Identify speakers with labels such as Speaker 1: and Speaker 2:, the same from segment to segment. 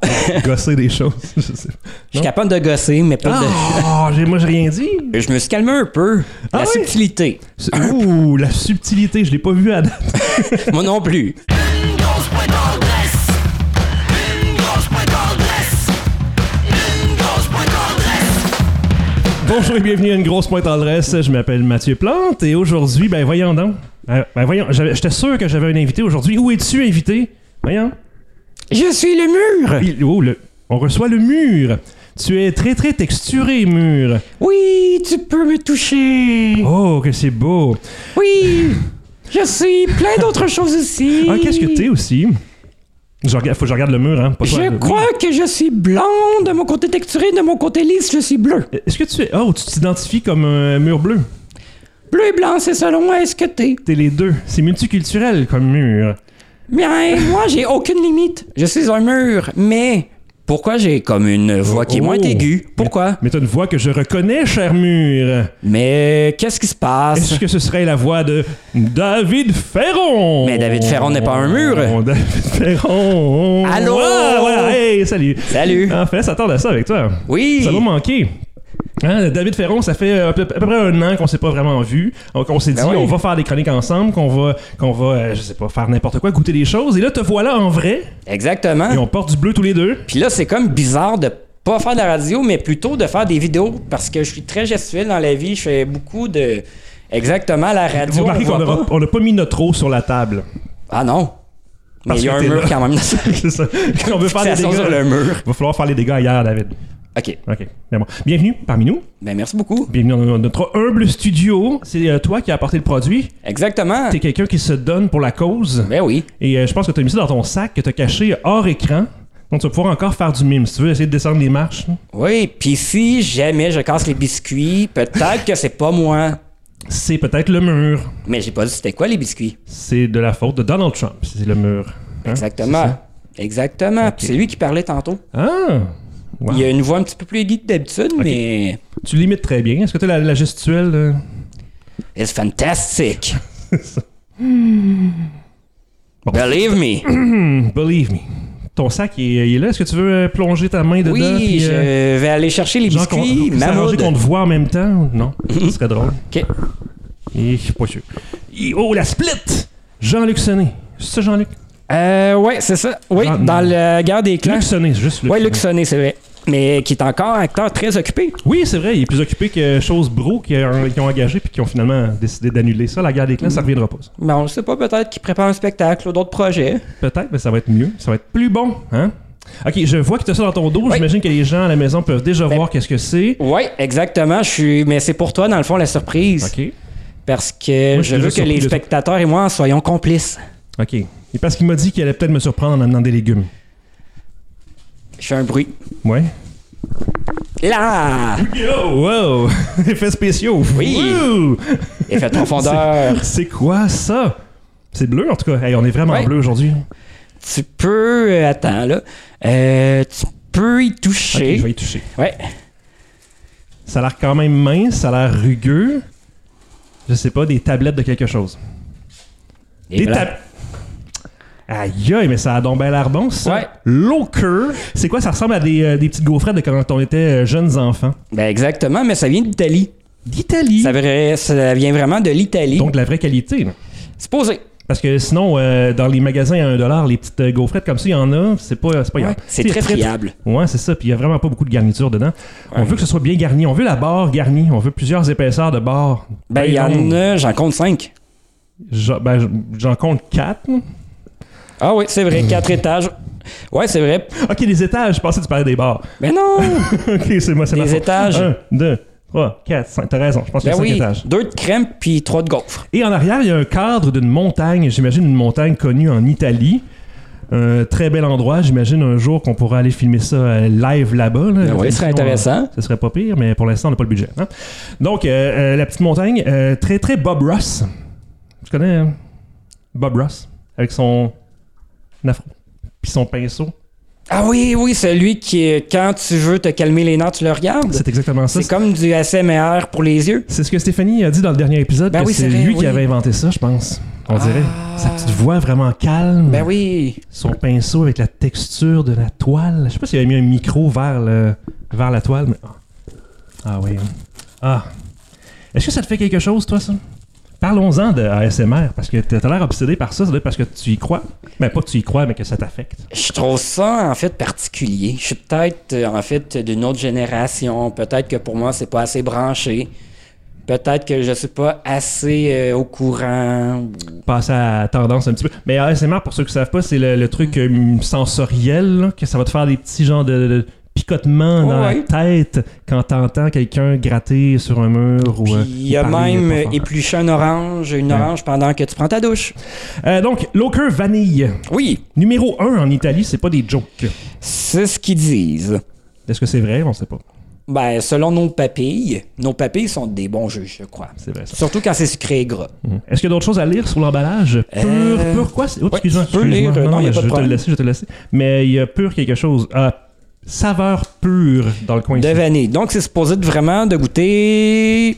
Speaker 1: gosser des choses. Je sais pas.
Speaker 2: Je suis
Speaker 1: Non?
Speaker 2: capable de gosser, mais pas
Speaker 1: Ah, j'ai- moi, j'ai rien dit.
Speaker 2: de. Je me suis calmé un peu.
Speaker 1: Ah
Speaker 2: la
Speaker 1: oui?
Speaker 2: subtilité.
Speaker 1: C'est- Ouh, la subtilité, je l'ai pas vu à date.
Speaker 2: Moi non plus.
Speaker 3: Une grosse boîte en dresse. Une grosse boîte en dresse. Une grosse boîte en dresse.
Speaker 1: Bonjour et bienvenue à une grosse pointe en dresse. Je m'appelle Mathieu Plante et aujourd'hui, ben voyons donc. Euh, Ben voyons, j'avais- j'étais sûr que j'avais un invité aujourd'hui. Où es-tu, invité? Voyons.
Speaker 2: Je suis le mur.
Speaker 1: Il- oh, le- on reçoit le mur. Tu es très très texturé, mur.
Speaker 2: Oui, tu peux me toucher.
Speaker 1: Oh, que c'est beau.
Speaker 2: Oui, je suis plein d'autres choses aussi.
Speaker 1: Ah, qu'est-ce que t'es aussi? Je regarde- faut que je regarde le mur, hein? pas toi.
Speaker 2: Je
Speaker 1: Oui.
Speaker 2: crois que je suis blanc de mon côté texturé, de mon côté lisse, je suis bleu.
Speaker 1: Est-ce que tu es. Oh, tu t'identifies comme un mur bleu?
Speaker 2: Bleu et blanc, c'est selon moi, est-ce que t'es.
Speaker 1: T'es les deux. C'est multiculturel comme mur.
Speaker 2: Mais moi, j'ai aucune limite. Je suis un mur, mais pourquoi j'ai comme une voix qui est moins
Speaker 1: Oh.
Speaker 2: aiguë? Pourquoi?
Speaker 1: Mais t'as une voix que je reconnais, cher mur.
Speaker 2: Mais qu'est-ce qui se passe?
Speaker 1: Est-ce que ce serait la voix de David Ferron?
Speaker 2: Mais David Ferron n'est pas un mur.
Speaker 1: Oh, David Ferron.
Speaker 2: Allô?
Speaker 1: Ah, voilà. Hey, salut.
Speaker 2: Salut.
Speaker 1: En fait, ça tarde à ça avec toi.
Speaker 2: Oui.
Speaker 1: Ça va manquer. Hein, David Ferron, ça fait euh, à peu, à peu près un an qu'on s'est pas vraiment vu. Donc, on s'est dit,
Speaker 2: Ben oui.
Speaker 1: on va faire des chroniques ensemble, qu'on va, qu'on va, euh, je sais pas, faire n'importe quoi, goûter des choses. Et là, te voilà en vrai. Et
Speaker 2: Exactement.
Speaker 1: on porte du bleu tous les deux.
Speaker 2: Puis là, c'est comme bizarre de pas faire de la radio, mais plutôt de faire des vidéos parce que je suis très gestuel dans la vie. Je fais beaucoup de. Exactement, la radio.
Speaker 1: Vous
Speaker 2: on
Speaker 1: remarquez qu'on
Speaker 2: voit
Speaker 1: n'a
Speaker 2: pas.
Speaker 1: on n'a pas mis notre eau sur la table.
Speaker 2: Ah non. Mais
Speaker 1: Parce
Speaker 2: il y a
Speaker 1: que
Speaker 2: un
Speaker 1: t'es
Speaker 2: mur
Speaker 1: là.
Speaker 2: quand même.
Speaker 1: C'est ça. on veut faire des
Speaker 2: Fixation
Speaker 1: dégâts.
Speaker 2: sur le mur.
Speaker 1: Va falloir faire les dégâts ailleurs, David.
Speaker 2: OK.
Speaker 1: OK. Bien bon. Bienvenue parmi nous.
Speaker 2: Ben merci beaucoup.
Speaker 1: Bienvenue dans notre humble studio. C'est euh, toi qui as apporté le produit.
Speaker 2: Exactement.
Speaker 1: T'es quelqu'un qui se donne pour la cause.
Speaker 2: Ben oui.
Speaker 1: Et euh, je pense que t'as mis ça dans ton sac que t'as caché hors écran. Donc tu vas pouvoir encore faire du mime. Si tu veux essayer de descendre les marches,
Speaker 2: Oui, puis si jamais je casse les biscuits, peut-être que c'est pas moi.
Speaker 1: c'est peut-être le mur.
Speaker 2: Mais j'ai pas dit c'était quoi les biscuits.
Speaker 1: C'est de la faute de Donald Trump. C'est le mur. Hein? C'est
Speaker 2: Exactement.
Speaker 1: ça.
Speaker 2: Exactement. Puis C'est lui qui parlait tantôt.
Speaker 1: Ah! Wow.
Speaker 2: Il a une voix un petit peu plus aiguë que d'habitude, mais.
Speaker 1: Tu limites très bien. Est-ce que t'as la, la gestuelle? euh?
Speaker 2: It's fantastic. Believe me.
Speaker 1: Believe me. Ton sac, il est, il est là. Est-ce que tu veux euh, plonger ta main dedans?
Speaker 2: Oui,
Speaker 1: puis,
Speaker 2: je
Speaker 1: euh,
Speaker 2: vais aller chercher les
Speaker 1: genre qu'on-
Speaker 2: biscuits.
Speaker 1: qu'on s'arranger
Speaker 2: Mahmoud.
Speaker 1: qu'on te voit en même temps? Non, ce serait drôle.
Speaker 2: OK.
Speaker 1: Et, je suis pas sûr. Et- oh, la split! Jean-Luc Sonné. C'est ça, Jean-Luc?
Speaker 2: Euh, ouais, c'est ça. Oui,
Speaker 1: Ah,
Speaker 2: dans
Speaker 1: non.
Speaker 2: la guerre des clans.
Speaker 1: Luc Sonné, c'est juste Luc.
Speaker 2: Oui, Luc
Speaker 1: Sonné.
Speaker 2: Sonné, c'est vrai. Mais qui est encore un acteur très occupé.
Speaker 1: Oui, c'est vrai. Il est plus occupé que Chose Bro qui, a- qui ont engagé puis qui ont finalement décidé d'annuler ça. La guerre des clans, ça reviendra pas. ça.
Speaker 2: Mais Ben, on ne sait pas, peut-être qu'il prépare un spectacle ou d'autres projets.
Speaker 1: Peut-être, mais ça va être mieux. Ça va être plus bon, hein? Ok, je vois que tu as ça dans ton dos. J'imagine que les gens à la maison peuvent déjà
Speaker 2: Ben.
Speaker 1: voir qu'est-ce que c'est.
Speaker 2: Oui, exactement. Je suis... Mais c'est pour toi, dans le fond, la surprise.
Speaker 1: Ok.
Speaker 2: Parce que
Speaker 1: Moi, je suis
Speaker 2: je veux
Speaker 1: déjà
Speaker 2: que
Speaker 1: surpris
Speaker 2: les
Speaker 1: de toi.
Speaker 2: spectateurs et moi en soyons complices.
Speaker 1: Ok. Et parce qu'il m'a dit qu'il allait peut-être me surprendre en amenant des légumes.
Speaker 2: Je fais un bruit.
Speaker 1: Ouais.
Speaker 2: Là!
Speaker 1: Yo, wow! Effets spéciaux.
Speaker 2: Oui.
Speaker 1: Wouh!
Speaker 2: Effet de profondeur.
Speaker 1: Ah, C'est quoi ça? C'est bleu en tout cas. Hey, on est vraiment
Speaker 2: Ouais.
Speaker 1: bleu aujourd'hui.
Speaker 2: Tu peux. euh, Attends, là. Euh, tu peux y
Speaker 1: Ok,
Speaker 2: toucher.
Speaker 1: je vais y toucher.
Speaker 2: Ouais.
Speaker 1: Ça a l'air quand même mince, ça a l'air rugueux. Je sais pas, des tablettes de quelque chose.
Speaker 2: Et
Speaker 1: des
Speaker 2: voilà.
Speaker 1: tablettes. Aïe, aïe, mais ça a donc bien l'air bon, ça.
Speaker 2: Ouais.
Speaker 1: Locker. C'est quoi? Ça ressemble à des, euh, des petites gaufrettes de quand on était euh, jeunes enfants.
Speaker 2: Ben exactement, mais ça vient d'Italie.
Speaker 1: D'Italie.
Speaker 2: Ça, vrai- ça vient vraiment de l'Italie.
Speaker 1: Donc de la vraie qualité. là.
Speaker 2: Supposé.
Speaker 1: Parce que sinon, euh, dans les magasins à 1$, les petites euh, gaufrettes comme ça, il y en a. C'est pas, c'est pas grave.
Speaker 2: Ouais, c'est très friable.
Speaker 1: Ouais, c'est ça. Puis il y a vraiment pas beaucoup de garniture dedans. On veut que ce soit bien garni. On veut la barre garnie. On veut plusieurs épaisseurs de barre.
Speaker 2: Ben il y en
Speaker 1: longues.
Speaker 2: a, j'en compte cinq.
Speaker 1: J'en- ben, j- j'en compte 4.
Speaker 2: Ah oui, c'est vrai, quatre étages. Ouais, c'est vrai.
Speaker 1: Ok, les étages, je pensais que tu parlais des bars.
Speaker 2: Mais non!
Speaker 1: ok, c'est moi, c'est ma
Speaker 2: Les
Speaker 1: faute.
Speaker 2: étages.
Speaker 1: 1, 2, 3, 4, 5. T'as raison, je pense que
Speaker 2: Ben
Speaker 1: c'est 5
Speaker 2: oui,
Speaker 1: étages.
Speaker 2: deux de crème puis trois de gaufres.
Speaker 1: Et en arrière, il y a un cadre d'une montagne, j'imagine une montagne connue en Italie. Un très bel endroit, j'imagine un jour qu'on pourra aller filmer ça euh, live là-bas. là. euh,
Speaker 2: Ben oui, ce serait intéressant.
Speaker 1: Ce serait pas pire, mais pour l'instant, on n'a pas le budget. hein. Donc, euh, euh, la petite montagne, euh, très très Bob Ross. Tu connais euh, Bob Ross avec son afro puis son pinceau.
Speaker 2: Ah oui, oui, celui qui, euh, quand tu veux te calmer les nerfs, tu le regardes.
Speaker 1: C'est exactement ça.
Speaker 2: C'est comme du ASMR pour les yeux.
Speaker 1: C'est ce que Stéphanie a dit dans le dernier épisode,
Speaker 2: Ben
Speaker 1: que
Speaker 2: oui,
Speaker 1: c'est
Speaker 2: c'est vrai,
Speaker 1: lui qui
Speaker 2: oui. Ah.
Speaker 1: avait inventé ça, je pense. on dirait. Sa petite voix vraiment calme.
Speaker 2: Ben oui.
Speaker 1: Son pinceau avec la texture de la toile. Je sais pas s'il avait mis un micro vers, le, vers la toile, mais. Ah oui. hein. Ah. Est-ce que ça te fait quelque chose, toi, ça? Parlons-en de ASMR, parce que t'as t'as l'air obsédé par ça, c'est parce que tu y crois. Ben, pas que tu y crois, mais que ça t'affecte.
Speaker 2: Je trouve ça en fait particulier. Je suis peut-être euh, en fait d'une autre génération. Peut-être que pour moi c'est pas assez branché. Peut-être que je suis pas assez euh, au courant.
Speaker 1: Passer à la tendance un petit peu. Mais ASMR, pour ceux qui savent pas, c'est le, le truc euh, sensoriel, là, que ça va te faire des petits genres de, de picotements
Speaker 2: Oh,
Speaker 1: dans
Speaker 2: ouais.
Speaker 1: la tête quand t'entends quelqu'un gratter sur un mur ou.
Speaker 2: Puis
Speaker 1: euh,
Speaker 2: il y a
Speaker 1: parler
Speaker 2: même
Speaker 1: pas
Speaker 2: euh,
Speaker 1: fort.
Speaker 2: éplucher un orange, une
Speaker 1: Ouais.
Speaker 2: orange pendant que tu prends ta douche.
Speaker 1: Euh, donc, Locker Vanille.
Speaker 2: Oui,
Speaker 1: Numéro 1 en Italie, c'est pas des jokes.
Speaker 2: c'est ce qu'ils disent.
Speaker 1: Est-ce que c'est vrai? On sait pas.
Speaker 2: Ben selon nos papilles, nos papilles sont des bons juges, je crois.
Speaker 1: C'est vrai, ça.
Speaker 2: Surtout quand c'est sucré et gras.
Speaker 1: Mhm. Est-ce qu'il y a d'autres choses à lire sur l'emballage? Pur,
Speaker 2: Euh,
Speaker 1: pur quoi? C'est- Oups,
Speaker 2: ouais,
Speaker 1: excuse-moi.
Speaker 2: tu peux lire,
Speaker 1: excuse-moi.
Speaker 2: euh, non, y
Speaker 1: mais
Speaker 2: a pas de
Speaker 1: je vais te le
Speaker 2: problème.
Speaker 1: laisser, je vais te le laisser. Mais il y a pur quelque chose. Ah, saveur pure dans le coin
Speaker 2: De
Speaker 1: ici.
Speaker 2: vanille. Donc c'est supposé de vraiment de goûter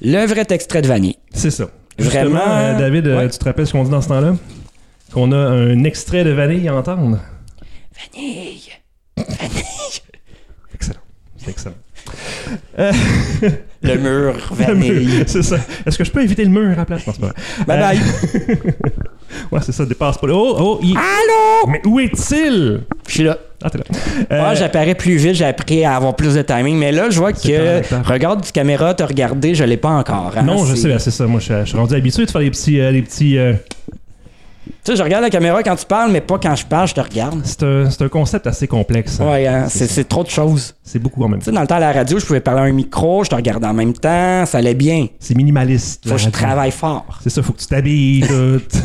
Speaker 2: le vrai extrait de vanille.
Speaker 1: C'est ça.
Speaker 2: Vraiment? hein?
Speaker 1: Justement, euh, David, euh,
Speaker 2: Ouais.
Speaker 1: tu te rappelles ce qu'on dit dans ce temps-là? Qu'on a un extrait de vanille à entendre.
Speaker 2: Vanille.
Speaker 1: Excellent. C'est excellent.
Speaker 2: Le mur vanille.
Speaker 1: C'est ça. Est-ce que je peux éviter le mur à la place? Non, c'est pas vrai. Euh,
Speaker 2: Bye bye.
Speaker 1: Ouais, c'est ça, dépasse pas le. Oh, oh, il-
Speaker 2: Ah! Allô?
Speaker 1: Mais où est-il?
Speaker 2: Je suis là.
Speaker 1: Ah, t'es là.
Speaker 2: Moi,
Speaker 1: Euh,
Speaker 2: j'apparais plus vite, j'ai appris à avoir plus de timing. Mais là, je vois
Speaker 1: C'est
Speaker 2: que.
Speaker 1: correct, hein.
Speaker 2: Regarde, tu caméra, t'as regardé, je l'ai pas encore. hein.
Speaker 1: non, je
Speaker 2: C'est-
Speaker 1: sais, ben, c'est ça. Moi, je suis- je suis rendu habitué de faire les petits. euh, les petits euh,
Speaker 2: Tu sais, je regarde la caméra quand tu parles, mais pas quand je parle, je te regarde.
Speaker 1: c'est, un, c'est un concept assez complexe. hein.
Speaker 2: Ouais, hein, c'est
Speaker 1: ça.
Speaker 2: c'est trop de choses.
Speaker 1: C'est beaucoup en même
Speaker 2: Tu
Speaker 1: temps.
Speaker 2: sais, dans le temps à la radio, je pouvais parler à un micro, je te regardais en même temps, ça allait bien.
Speaker 1: C'est minimaliste.
Speaker 2: Faut
Speaker 1: la
Speaker 2: que je
Speaker 1: radio.
Speaker 2: travaille fort.
Speaker 1: C'est ça, faut que tu t'habilles. tout.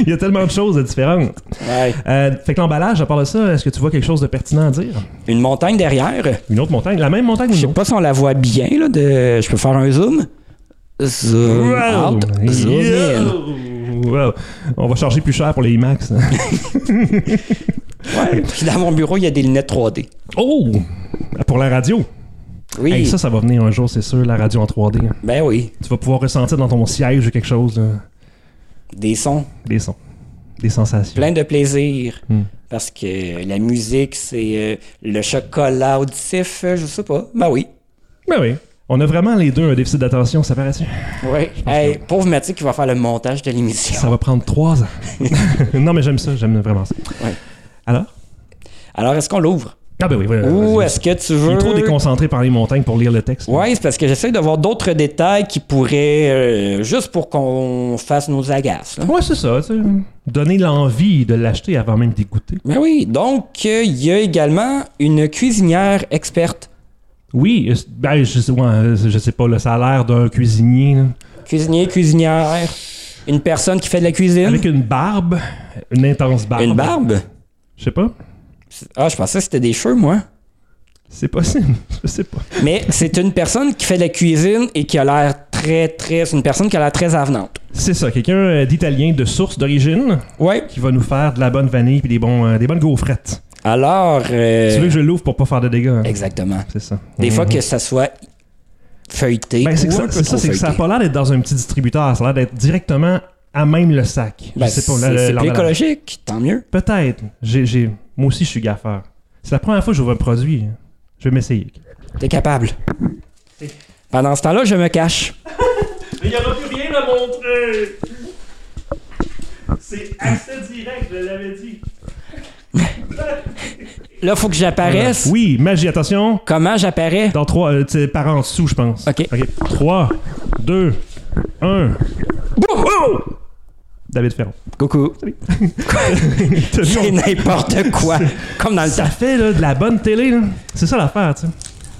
Speaker 1: Il y a tellement de choses différentes.
Speaker 2: Ouais.
Speaker 1: Euh, fait que l'emballage, à part de ça, est-ce que tu vois quelque chose de pertinent à dire?
Speaker 2: Une montagne derrière.
Speaker 1: Une autre montagne? La même montagne ou
Speaker 2: Je sais
Speaker 1: non?
Speaker 2: pas si on la voit bien, là. De... Je peux faire un zoom. Zoom
Speaker 1: Wow!
Speaker 2: out, zoom in.
Speaker 1: Yo! Wow. On va charger plus cher pour les IMAX. hein.
Speaker 2: Ouais. Puis dans mon bureau, il y a des lunettes 3D.
Speaker 1: oh! Pour la radio.
Speaker 2: Oui.
Speaker 1: Hey, ça, ça va venir un jour, c'est sûr, la radio en 3D. hein.
Speaker 2: Ben oui.
Speaker 1: Tu vas pouvoir ressentir dans ton siège ou quelque chose là,
Speaker 2: Des sons.
Speaker 1: des sons, des sensations.
Speaker 2: Plein de plaisir.
Speaker 1: Hmm.
Speaker 2: Parce que la musique, c'est euh, le chocolat auditif, euh, je sais pas. Ben oui.
Speaker 1: Ben oui. On a vraiment les deux un déficit d'attention, ça paraît
Speaker 2: Ouais. Hey, pauvre Mathieu qui va faire le montage de
Speaker 1: Ça
Speaker 2: l'émission.
Speaker 1: va prendre trois ans. non, mais j'aime ça, j'aime vraiment ça.
Speaker 2: Ouais.
Speaker 1: Alors?
Speaker 2: Alors, est-ce qu'on l'ouvre?
Speaker 1: Ah ben oui, oui.
Speaker 2: Ou
Speaker 1: vas-y.
Speaker 2: est-ce que tu
Speaker 1: Il
Speaker 2: veux.
Speaker 1: est trop déconcentré par les montagnes pour lire le texte.
Speaker 2: Ouais, c'est parce que j'essaie de voir d'autres détails qui pourraient. euh, juste pour qu'on fasse nos agaces. là.
Speaker 1: Ouais, c'est ça. tu sais. Donner l'envie de l'acheter avant même d'y goûter.
Speaker 2: Ben oui, donc euh, il y a également une cuisinière experte.
Speaker 1: Oui, euh, ben, je, sais- ouais, euh, je sais pas, là, ça a l'air d'un cuisinier. là.
Speaker 2: Cuisinier, cuisinière, une personne qui fait de la cuisine.
Speaker 1: Avec une barbe, une intense barbe.
Speaker 2: Une barbe?
Speaker 1: Je sais pas.
Speaker 2: Ah, je pensais que c'était des cheveux, moi.
Speaker 1: C'est possible. Je sais pas.
Speaker 2: Mais c'est une personne qui fait de la cuisine et qui a l'air très, très. C'est une personne qui a l'air très avenante.
Speaker 1: C'est ça, quelqu'un euh, d'italien de source d'origine
Speaker 2: Ouais.
Speaker 1: qui va nous faire de la bonne vanille puis des, bons, euh, des bonnes gaufrettes.
Speaker 2: Alors. euh,
Speaker 1: Tu veux que je l'ouvre pour pas faire de dégâts. hein?
Speaker 2: Exactement.
Speaker 1: C'est ça.
Speaker 2: Des
Speaker 1: Mhm.
Speaker 2: fois que ça soit feuilleté.
Speaker 1: Ben, c'est que
Speaker 2: ou
Speaker 1: ça,
Speaker 2: un peu
Speaker 1: c'est ça,
Speaker 2: trop
Speaker 1: c'est que ça a
Speaker 2: feuilleté.
Speaker 1: pas l'air d'être dans un petit distributeur. Ça a l'air d'être directement à même le sac. Je
Speaker 2: Ben,
Speaker 1: sais
Speaker 2: c'est
Speaker 1: pas, le-
Speaker 2: c'est plus
Speaker 1: l'emballage.
Speaker 2: écologique, tant mieux.
Speaker 1: Peut-être. J'ai, j'ai- Moi aussi, je suis gaffeur. C'est la première fois que j'ouvre un produit. Je vais m'essayer.
Speaker 2: T'es capable. Pendant ce temps-là, je me cache.
Speaker 1: Mais il n'y aura plus rien à montrer! C'est accès direct, je l'avais dit.
Speaker 2: Là, faut que j'apparaisse.
Speaker 1: Ah, ben, Oui, magie, attention.
Speaker 2: Comment j'apparais?
Speaker 1: Dans trois, euh, t'sais, par en dessous, je pense.
Speaker 2: Ok.
Speaker 1: 3, 2, 1.
Speaker 2: Boum!
Speaker 1: David Ferron.
Speaker 2: Coucou.
Speaker 1: T'as vu,
Speaker 2: C'est
Speaker 1: on-
Speaker 2: n'importe quoi. Comme dans le
Speaker 1: ça
Speaker 2: temps.
Speaker 1: fait là, de la bonne télé. là. C'est ça l'affaire, tu sais.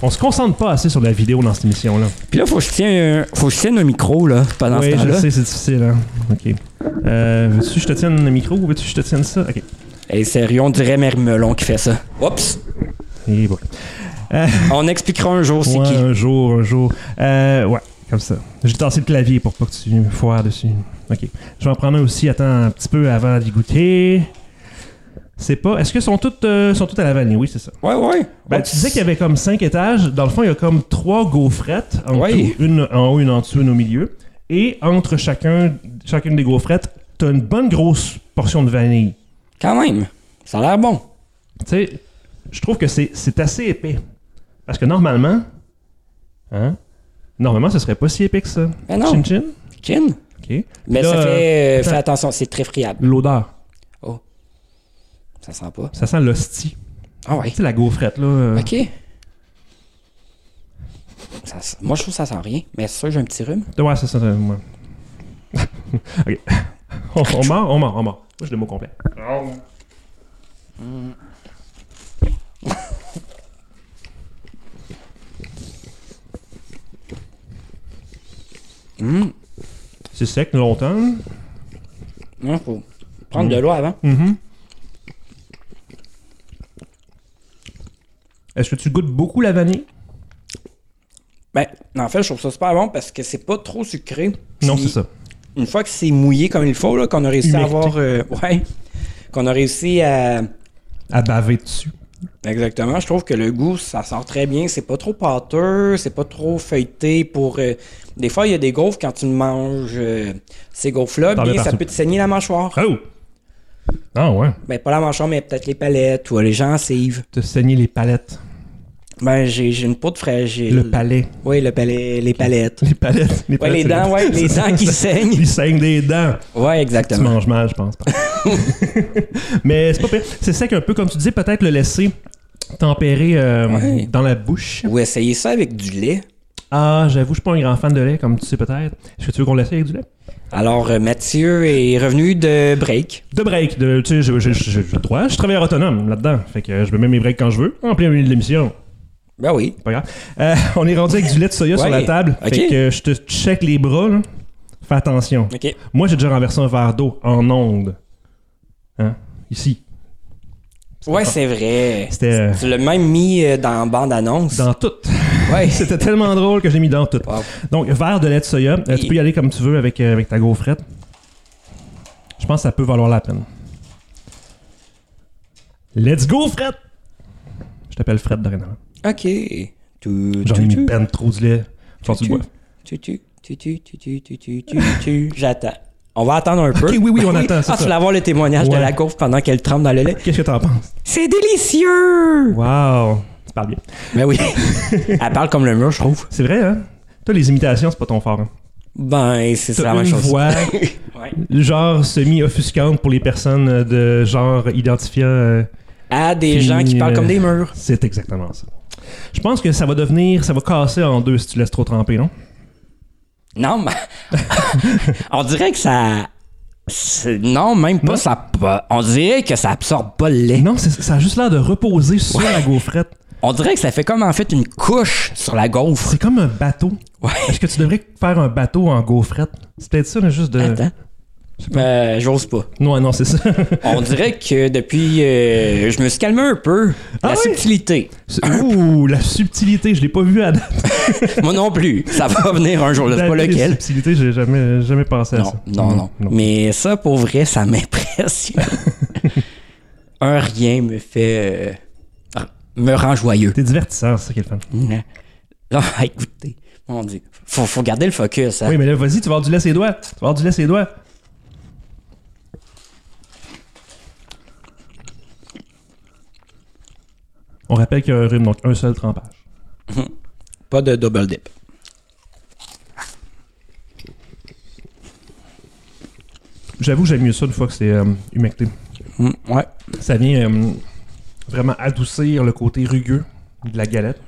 Speaker 1: On se concentre pas assez sur la vidéo dans cette émission-là.
Speaker 2: Puis là, faut que je tienne un, faut que je tienne un micro, là, pendant
Speaker 1: Oui,
Speaker 2: ce
Speaker 1: je le
Speaker 2: temps-là.
Speaker 1: sais, c'est difficile. Hein? Ok. Euh, veux-tu que je te tienne le micro ou veux-tu que je te tienne ça? Ok.
Speaker 2: Et sérieux, on dirait Mère Melon qui fait ça. Oups!
Speaker 1: Et bon.
Speaker 2: On expliquera un jour c'est
Speaker 1: Ouais,
Speaker 2: qui.
Speaker 1: un jour, un jour. Euh, ouais, comme ça. J'ai tassé le clavier pour pas que tu me foires dessus. Ok. Je vais en prendre un aussi, attends, un petit peu avant d'y goûter. C'est pas. Est-ce que sont toutes, euh, sont toutes à la vanille? Oui, c'est ça.
Speaker 2: Ouais, ouais.
Speaker 1: Ben, tu disais qu'il y avait comme cinq étages. Dans le fond, il y a comme trois gaufrettes en
Speaker 2: Oui.
Speaker 1: tout. Une en haut, une en dessous, une au milieu. Et entre chacun, chacune des gaufrettes, t'as une bonne grosse portion de vanille.
Speaker 2: Quand même, ça a l'air bon.
Speaker 1: Tu sais, je trouve que c'est c'est assez épais. Parce que normalement, hein, normalement, ce serait pas si épais que ça.
Speaker 2: Ben non.
Speaker 1: Chin chin.
Speaker 2: Chin.
Speaker 1: OK.
Speaker 2: Mais
Speaker 1: Là,
Speaker 2: ça fait.
Speaker 1: euh,
Speaker 2: euh, fais attention, c'est très friable.
Speaker 1: L'odeur.
Speaker 2: Oh. Ça sent pas.
Speaker 1: Ça sent l'hostie.
Speaker 2: Ah ouais.
Speaker 1: Tu sais, la gaufrette, là. euh,
Speaker 2: Ok. Ça sent- moi, je trouve que ça sent rien. Mais c'est sûr, que j'ai un petit rhume.
Speaker 1: Ouais, ça, ça, ça, ouais. ok. On, on mord, on mord, on mord. Moi, j'ai le mot complet.
Speaker 2: Mm.
Speaker 1: C'est sec longtemps.
Speaker 2: Non, Hein, faut prendre
Speaker 1: Mm.
Speaker 2: de l'eau avant.
Speaker 1: Est-ce que tu goûtes beaucoup la vanille?
Speaker 2: Ben, en fait, je trouve ça super bon parce que c'est pas trop sucré.
Speaker 1: Non,
Speaker 2: Puis,
Speaker 1: c'est ça.
Speaker 2: Une fois que c'est mouillé comme il faut, là, qu'on a réussi à
Speaker 1: Humecté.
Speaker 2: avoir. euh, ouais. Qu'on a réussi à.
Speaker 1: À baver dessus.
Speaker 2: Exactement. Je trouve que le goût, ça sort très bien. C'est pas trop pâteux, c'est pas trop feuilleté pour. euh, Des fois, il y a des gaufres quand tu manges euh, ces gaufres-là,
Speaker 1: T'en as
Speaker 2: bien, ça
Speaker 1: partout.
Speaker 2: peut te saigner la mâchoire.
Speaker 1: Oh! Ah ouais.
Speaker 2: Ben, pas la mâchoire, mais peut-être les palettes ou euh, les gencives.
Speaker 1: Te saigner les palettes.
Speaker 2: Ben, j'ai j'ai une peau de fragile.
Speaker 1: Le palais.
Speaker 2: Oui, le palais, les palettes.
Speaker 1: Les palettes. Les,
Speaker 2: Ouais,
Speaker 1: palettes,
Speaker 2: les
Speaker 1: c'est
Speaker 2: dents,
Speaker 1: le-
Speaker 2: ouais, les dents qui saignent.
Speaker 1: Ils saignent des dents.
Speaker 2: Ouais,
Speaker 1: Tu
Speaker 2: exactement.
Speaker 1: manges mal, je pense. Mais c'est pas pire. C'est sec un peu, comme tu dis, peut-être le laisser tempérer euh,
Speaker 2: Ouais.
Speaker 1: dans la bouche.
Speaker 2: Ou essayez ça avec du lait.
Speaker 1: Ah, j'avoue, je suis pas un grand fan de lait, comme tu sais peut-être. Est-ce que tu veux qu'on l'essaye avec du lait?
Speaker 2: Alors, euh, Mathieu est revenu de break.
Speaker 1: De break. De, tu sais, je- je- je- j'ai le droit. Je suis travailleur autonome là-dedans. Fait que euh, je me mets mes breaks quand je veux. En plein milieu de l'émission.
Speaker 2: Ben oui.
Speaker 1: Pas grave. Euh, on est rendu avec du lait de soya
Speaker 2: Ouais.
Speaker 1: sur la table. Fait
Speaker 2: Ok.
Speaker 1: que je te check les bras. là. Fais attention.
Speaker 2: OK.
Speaker 1: Moi, j'ai déjà renversé un verre d'eau en onde. Hein? Ici.
Speaker 2: Ouais, c'est vrai.
Speaker 1: C'était euh,
Speaker 2: Tu l'as même mis euh, dans bande-annonce.
Speaker 1: dans tout.
Speaker 2: Ouais.
Speaker 1: C'était tellement drôle que j'ai mis dans tout.
Speaker 2: Wow.
Speaker 1: Donc, verre de lait de soya. Euh, tu
Speaker 2: Et-
Speaker 1: peux y aller comme tu veux avec, euh, avec ta gaufrette. Je pense que ça peut valoir la peine. Let's go, Fred! Je t'appelle Fred dorénavant.
Speaker 2: OK. Tu,
Speaker 1: J'en
Speaker 2: tu,
Speaker 1: ai mis
Speaker 2: tu,
Speaker 1: ben trop de lait. Faut que tu
Speaker 2: tu,
Speaker 1: le bois.
Speaker 2: tu, tu, tu, tu, tu, tu, tu, tu, tu, tu. J'attends. On va attendre un peu.
Speaker 1: oui, oui, on attend, c'est
Speaker 2: Ah, tu
Speaker 1: ça.
Speaker 2: voulais avoir le témoignage de
Speaker 1: Ouais.
Speaker 2: la gaufre pendant qu'elle trempe dans le lait.
Speaker 1: Qu'est-ce que t'en penses?
Speaker 2: C'est délicieux!
Speaker 1: Wow! Tu parles bien.
Speaker 2: Ben oui. Elle parle comme le mur, je trouve.
Speaker 1: C'est vrai, hein? Toi, les imitations, c'est pas ton fort. Hein?
Speaker 2: Ben, c'est c'est
Speaker 1: T'as
Speaker 2: la même
Speaker 1: une
Speaker 2: chose.
Speaker 1: voix,
Speaker 2: Ouais.
Speaker 1: genre semi-offuscante pour les personnes euh, de genre identifiant. euh,
Speaker 2: À des
Speaker 1: Puis,
Speaker 2: gens qui parlent
Speaker 1: euh,
Speaker 2: comme des murs.
Speaker 1: c'est exactement ça. Je pense que ça va devenir. Ça va casser en deux si tu laisses trop tremper, non?
Speaker 2: Non, mais. on dirait que ça. c'est- Non, même pas
Speaker 1: Non.
Speaker 2: ça. pas- On dirait que ça absorbe pas le lait.
Speaker 1: Non, c'est- ça a juste l'air de reposer sur la gaufrette.
Speaker 2: On dirait que ça fait comme en fait une couche sur la gaufre.
Speaker 1: C'est comme un bateau.
Speaker 2: Ouais.
Speaker 1: Est-ce que tu devrais faire un bateau en gaufrette? C'est peut-être ça, là, juste de.
Speaker 2: Attends. hein. Euh, J'ose pas.
Speaker 1: Non, non, c'est ça.
Speaker 2: On dirait que depuis. euh, je me suis calmé un peu. la
Speaker 1: Ah oui?
Speaker 2: subtilité.
Speaker 1: C'est- Ouh, la subtilité, je l'ai pas vu à date.
Speaker 2: Moi non plus. Ça va venir un jour. là, C'est pas
Speaker 1: La
Speaker 2: lequel.
Speaker 1: subtilité, j'ai jamais, jamais pensé à
Speaker 2: Non,
Speaker 1: ça.
Speaker 2: non, non, Mais ça, pour vrai, ça m'impressionne. un rien me fait. euh, me rend joyeux.
Speaker 1: T'es divertissant, c'est ça qui est le fun.
Speaker 2: Là, Hein? écoutez, mon Dieu, faut, faut garder le focus. Hein?
Speaker 1: Oui, mais là, vas-y, tu vas avoir du lait ses doigts. Tu vas avoir du lait ses doigts. On rappelle qu'il y a un rhume, donc un seul trempage.
Speaker 2: Pas de double dip.
Speaker 1: J'avoue, j'aime mieux ça une fois que c'est euh, humecté.
Speaker 2: Mm, ouais.
Speaker 1: Ça vient euh, vraiment adoucir le côté rugueux de la galette.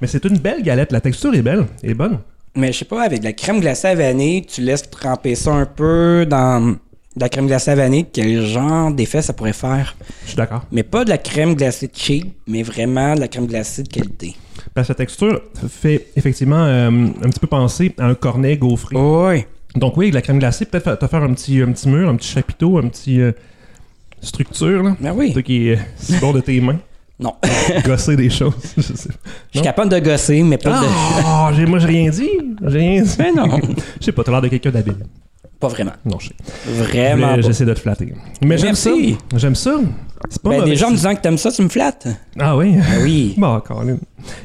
Speaker 1: Mais c'est une belle galette. La texture est belle, elle est bonne.
Speaker 2: Mais je sais pas, avec de la crème glacée à vanille, tu laisses tremper ça un peu dans de la crème glacée à vanille. Quel genre d'effet ça pourrait faire?
Speaker 1: Je suis d'accord.
Speaker 2: Mais pas de la crème glacée cheap, mais vraiment de la crème glacée de qualité.
Speaker 1: Parce que la texture fait effectivement euh, un petit peu penser à un cornet gaufré.
Speaker 2: Oui.
Speaker 1: Donc oui, avec la crème glacée, peut-être fa- te faire un petit, un petit mur, un petit chapiteau, un petit euh, structure, là.
Speaker 2: Ben oui.
Speaker 1: Toi qui est si bon de tes mains,
Speaker 2: Non.
Speaker 1: gosser des choses. je sais pas.
Speaker 2: Je suis capable de gosser, mais pas de.
Speaker 1: Ah, j'ai- moi j'ai rien dit. J'ai rien dit.
Speaker 2: Mais non.
Speaker 1: Je sais pas, t'as l'air de quelqu'un d'habile.
Speaker 2: Pas vraiment.
Speaker 1: Non, je sais.
Speaker 2: Vraiment
Speaker 1: Mais
Speaker 2: pas.
Speaker 1: J'essaie de te flatter. Mais j'aime ça.
Speaker 2: Merci.
Speaker 1: J'aime ça. C'est pas
Speaker 2: Ben,
Speaker 1: mauvais.
Speaker 2: des gens me disant que t'aimes ça, tu me flattes.
Speaker 1: Ah oui?
Speaker 2: Ben oui.
Speaker 1: Bon, Colin.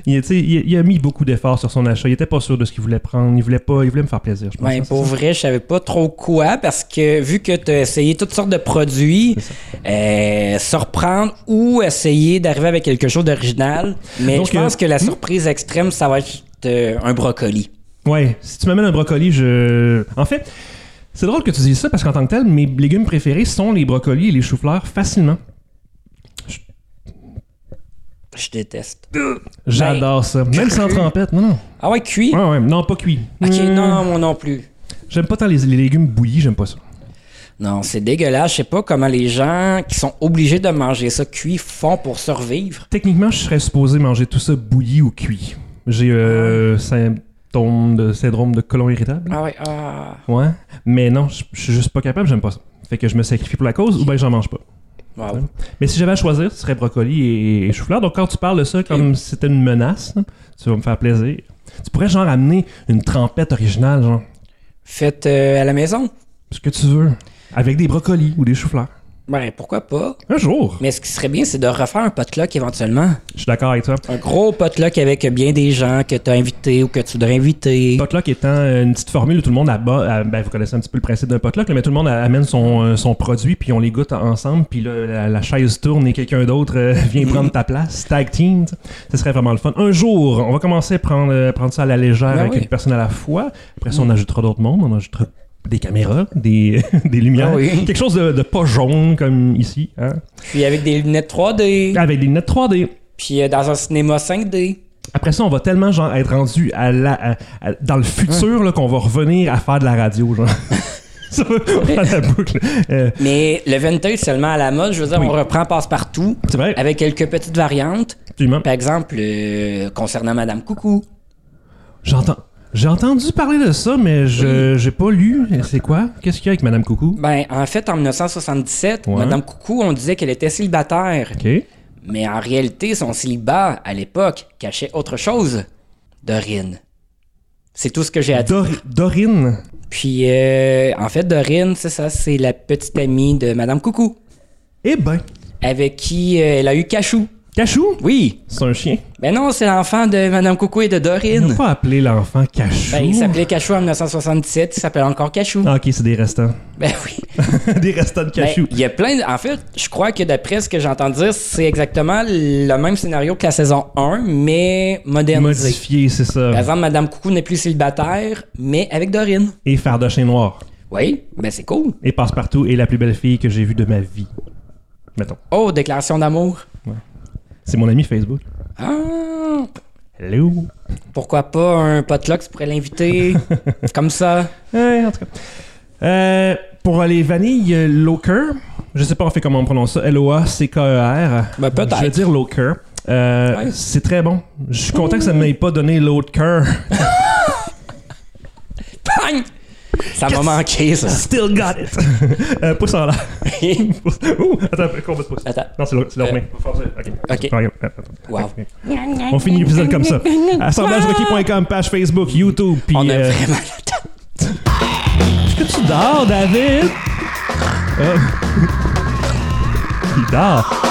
Speaker 1: Il, tu sais, il- il a mis beaucoup d'efforts sur son achat. Il était pas sûr de ce qu'il voulait prendre. Il voulait pas. Il voulait me faire plaisir, je pense. Hein,
Speaker 2: Ben,
Speaker 1: Ça, c'est
Speaker 2: pour
Speaker 1: ça.
Speaker 2: vrai, je savais pas trop quoi parce que vu que tu as essayé toutes sortes de produits, euh, surprendre ou essayer d'arriver avec quelque chose d'original, mais
Speaker 1: Donc,
Speaker 2: je pense
Speaker 1: euh,
Speaker 2: que la
Speaker 1: hmm?
Speaker 2: surprise extrême, ça va être euh, un brocoli.
Speaker 1: Ouais, si tu m'amènes un brocoli, je. En fait, c'est drôle que tu dises ça parce qu'en tant que tel, mes légumes préférés sont les brocolis et les choux-fleurs facilement.
Speaker 2: Ben, Je déteste.
Speaker 1: J'adore ça. Même sans trempette, non, non.
Speaker 2: Ah ouais, cuit?
Speaker 1: Ouais, ouais, non, pas cuit.
Speaker 2: Ok,
Speaker 1: Hmm,
Speaker 2: non, non, moi non plus.
Speaker 1: J'aime pas tant les, les légumes bouillis, j'aime pas ça.
Speaker 2: Non, c'est dégueulasse. Je sais pas comment les gens qui sont obligés de manger ça cuit font pour survivre.
Speaker 1: Techniquement, je serais supposé manger tout ça bouilli ou cuit. J'ai euh, symptôme de syndrome de colon irritable.
Speaker 2: Ah ouais, ah.
Speaker 1: Ouais. Mais non, je je suis juste pas capable, j'aime pas ça. Fait que je me sacrifie pour la cause ou ben j'en mange pas.
Speaker 2: Wow.
Speaker 1: Ouais. Mais si j'avais à choisir, ce serait brocoli et, et chou-fleur. Donc quand tu parles de ça comme si c'était une menace, hein, tu vas me faire plaisir. Tu pourrais genre amener une trempette originale, genre,
Speaker 2: Faites euh, à la maison?
Speaker 1: ce que tu veux, avec des brocolis ou des choux-fleurs.
Speaker 2: Ben, pourquoi pas?
Speaker 1: Un jour.
Speaker 2: Mais ce qui serait bien, c'est de refaire un potluck éventuellement.
Speaker 1: Je suis d'accord avec toi.
Speaker 2: Un gros potluck avec bien des gens que tu as invités ou que tu voudrais inviter.
Speaker 1: Potluck étant euh, une petite formule où tout le monde abat, ben, vous connaissez un petit peu le principe d'un potluck, là, mais tout le monde euh, amène son, euh, son produit, puis on les goûte ensemble, puis là, la, la chaise tourne et quelqu'un d'autre euh, vient prendre ta place. Tag team, t'sais. ce serait vraiment le fun. Un jour, on va commencer à prendre, euh, prendre ça à la légère
Speaker 2: Ben
Speaker 1: avec
Speaker 2: oui. Mm.
Speaker 1: une personne à la fois. Après ça, on ajoutera d'autres mondes, on ajoutera des caméras, des, des lumières,
Speaker 2: Ah oui.
Speaker 1: quelque chose de, de pas jaune comme ici, hein.
Speaker 2: Puis avec des lunettes 3D.
Speaker 1: avec des lunettes 3D.
Speaker 2: Puis euh, dans un cinéma 5D.
Speaker 1: Après ça, on va tellement genre, être rendu à la, à- à- dans le futur là, qu'on va revenir à faire de la radio. Genre. ça va on va faire la boucle. Euh,
Speaker 2: Mais le vintage seulement à la mode, je veux dire,
Speaker 1: Oui.
Speaker 2: on reprend passe-partout
Speaker 1: c'est vrai,
Speaker 2: avec quelques petites variantes.
Speaker 1: absolument.
Speaker 2: Par exemple, euh, concernant Madame Coucou.
Speaker 1: J'entends. J'ai entendu parler de ça, mais je j'ai pas lu. C'est quoi? Qu'est-ce qu'il y a avec Madame Coucou?
Speaker 2: Ben, en fait, en 1977,
Speaker 1: Ouais.
Speaker 2: Madame Coucou, on disait qu'elle était célibataire.
Speaker 1: OK.
Speaker 2: Mais en réalité, son célibat, à l'époque, cachait autre chose. Dorine. C'est tout ce que j'ai à dire.
Speaker 1: Dor- Dorine.
Speaker 2: Puis, euh, en fait, Dorine, c'est ça, c'est la petite amie de Madame Coucou,
Speaker 1: Eh ben,
Speaker 2: avec qui euh, elle a eu Cachou.
Speaker 1: Cachou,
Speaker 2: Oui.
Speaker 1: c'est un chien.
Speaker 2: Ben non, c'est l'enfant de Madame Coucou et de
Speaker 1: Ils n'ont
Speaker 2: Dorine.
Speaker 1: pas appelé l'enfant Cachou.
Speaker 2: Ben, il s'appelait Cachou en 1977, il s'appelle encore Cachou.
Speaker 1: Ah, OK, c'est des restants.
Speaker 2: Ben oui.
Speaker 1: des restants de
Speaker 2: Ben,
Speaker 1: Cachou.
Speaker 2: il y a plein de... En fait, je crois que d'après ce que j'entends dire, c'est exactement le même scénario que la saison 1, mais modernisé.
Speaker 1: Modifié, c'est ça.
Speaker 2: Par exemple, Madame Coucou n'est plus célibataire, mais avec Dorine.
Speaker 1: Et Fardoche et Noir.
Speaker 2: Oui, ben c'est cool.
Speaker 1: Et Passepartout est la plus belle fille que j'ai vue de ma vie. Mettons.
Speaker 2: Oh, déclaration d'amour.
Speaker 1: C'est mon ami Facebook.
Speaker 2: Ah,
Speaker 1: Hello.
Speaker 2: Pourquoi pas un potluck, tu pourrais l'inviter comme ça.
Speaker 1: Ouais, en tout cas. Euh, pour les vanilles euh, Loker, je sais pas en fait comment on prononce ça, L-O-A-C-K-E-R.
Speaker 2: Ben, peut-être.
Speaker 1: E Je vais dire Loker. Euh,
Speaker 2: Ouais.
Speaker 1: C'est très bon. Je suis content que ça ne m'ait pas donné Loker.
Speaker 2: Ah. Bang! Ça m'a manqué, ça.
Speaker 1: Still got it. euh, pouce en l'air. Pouce- Ouh, attends, un peu, combat de pouce.
Speaker 2: Attends.
Speaker 1: Non, c'est leur- c'est leur
Speaker 2: Euh,
Speaker 1: main. Faut faire ça. Ok.
Speaker 2: ok.
Speaker 1: Regarde, attends, attends.
Speaker 2: Wow.
Speaker 1: On finit l'épisode comme ça. Assemblagerequis.com, page Facebook, YouTube, puis.
Speaker 2: On a
Speaker 1: euh,
Speaker 2: vraiment le temps.
Speaker 1: que tu dors, David? Ah. Il dort.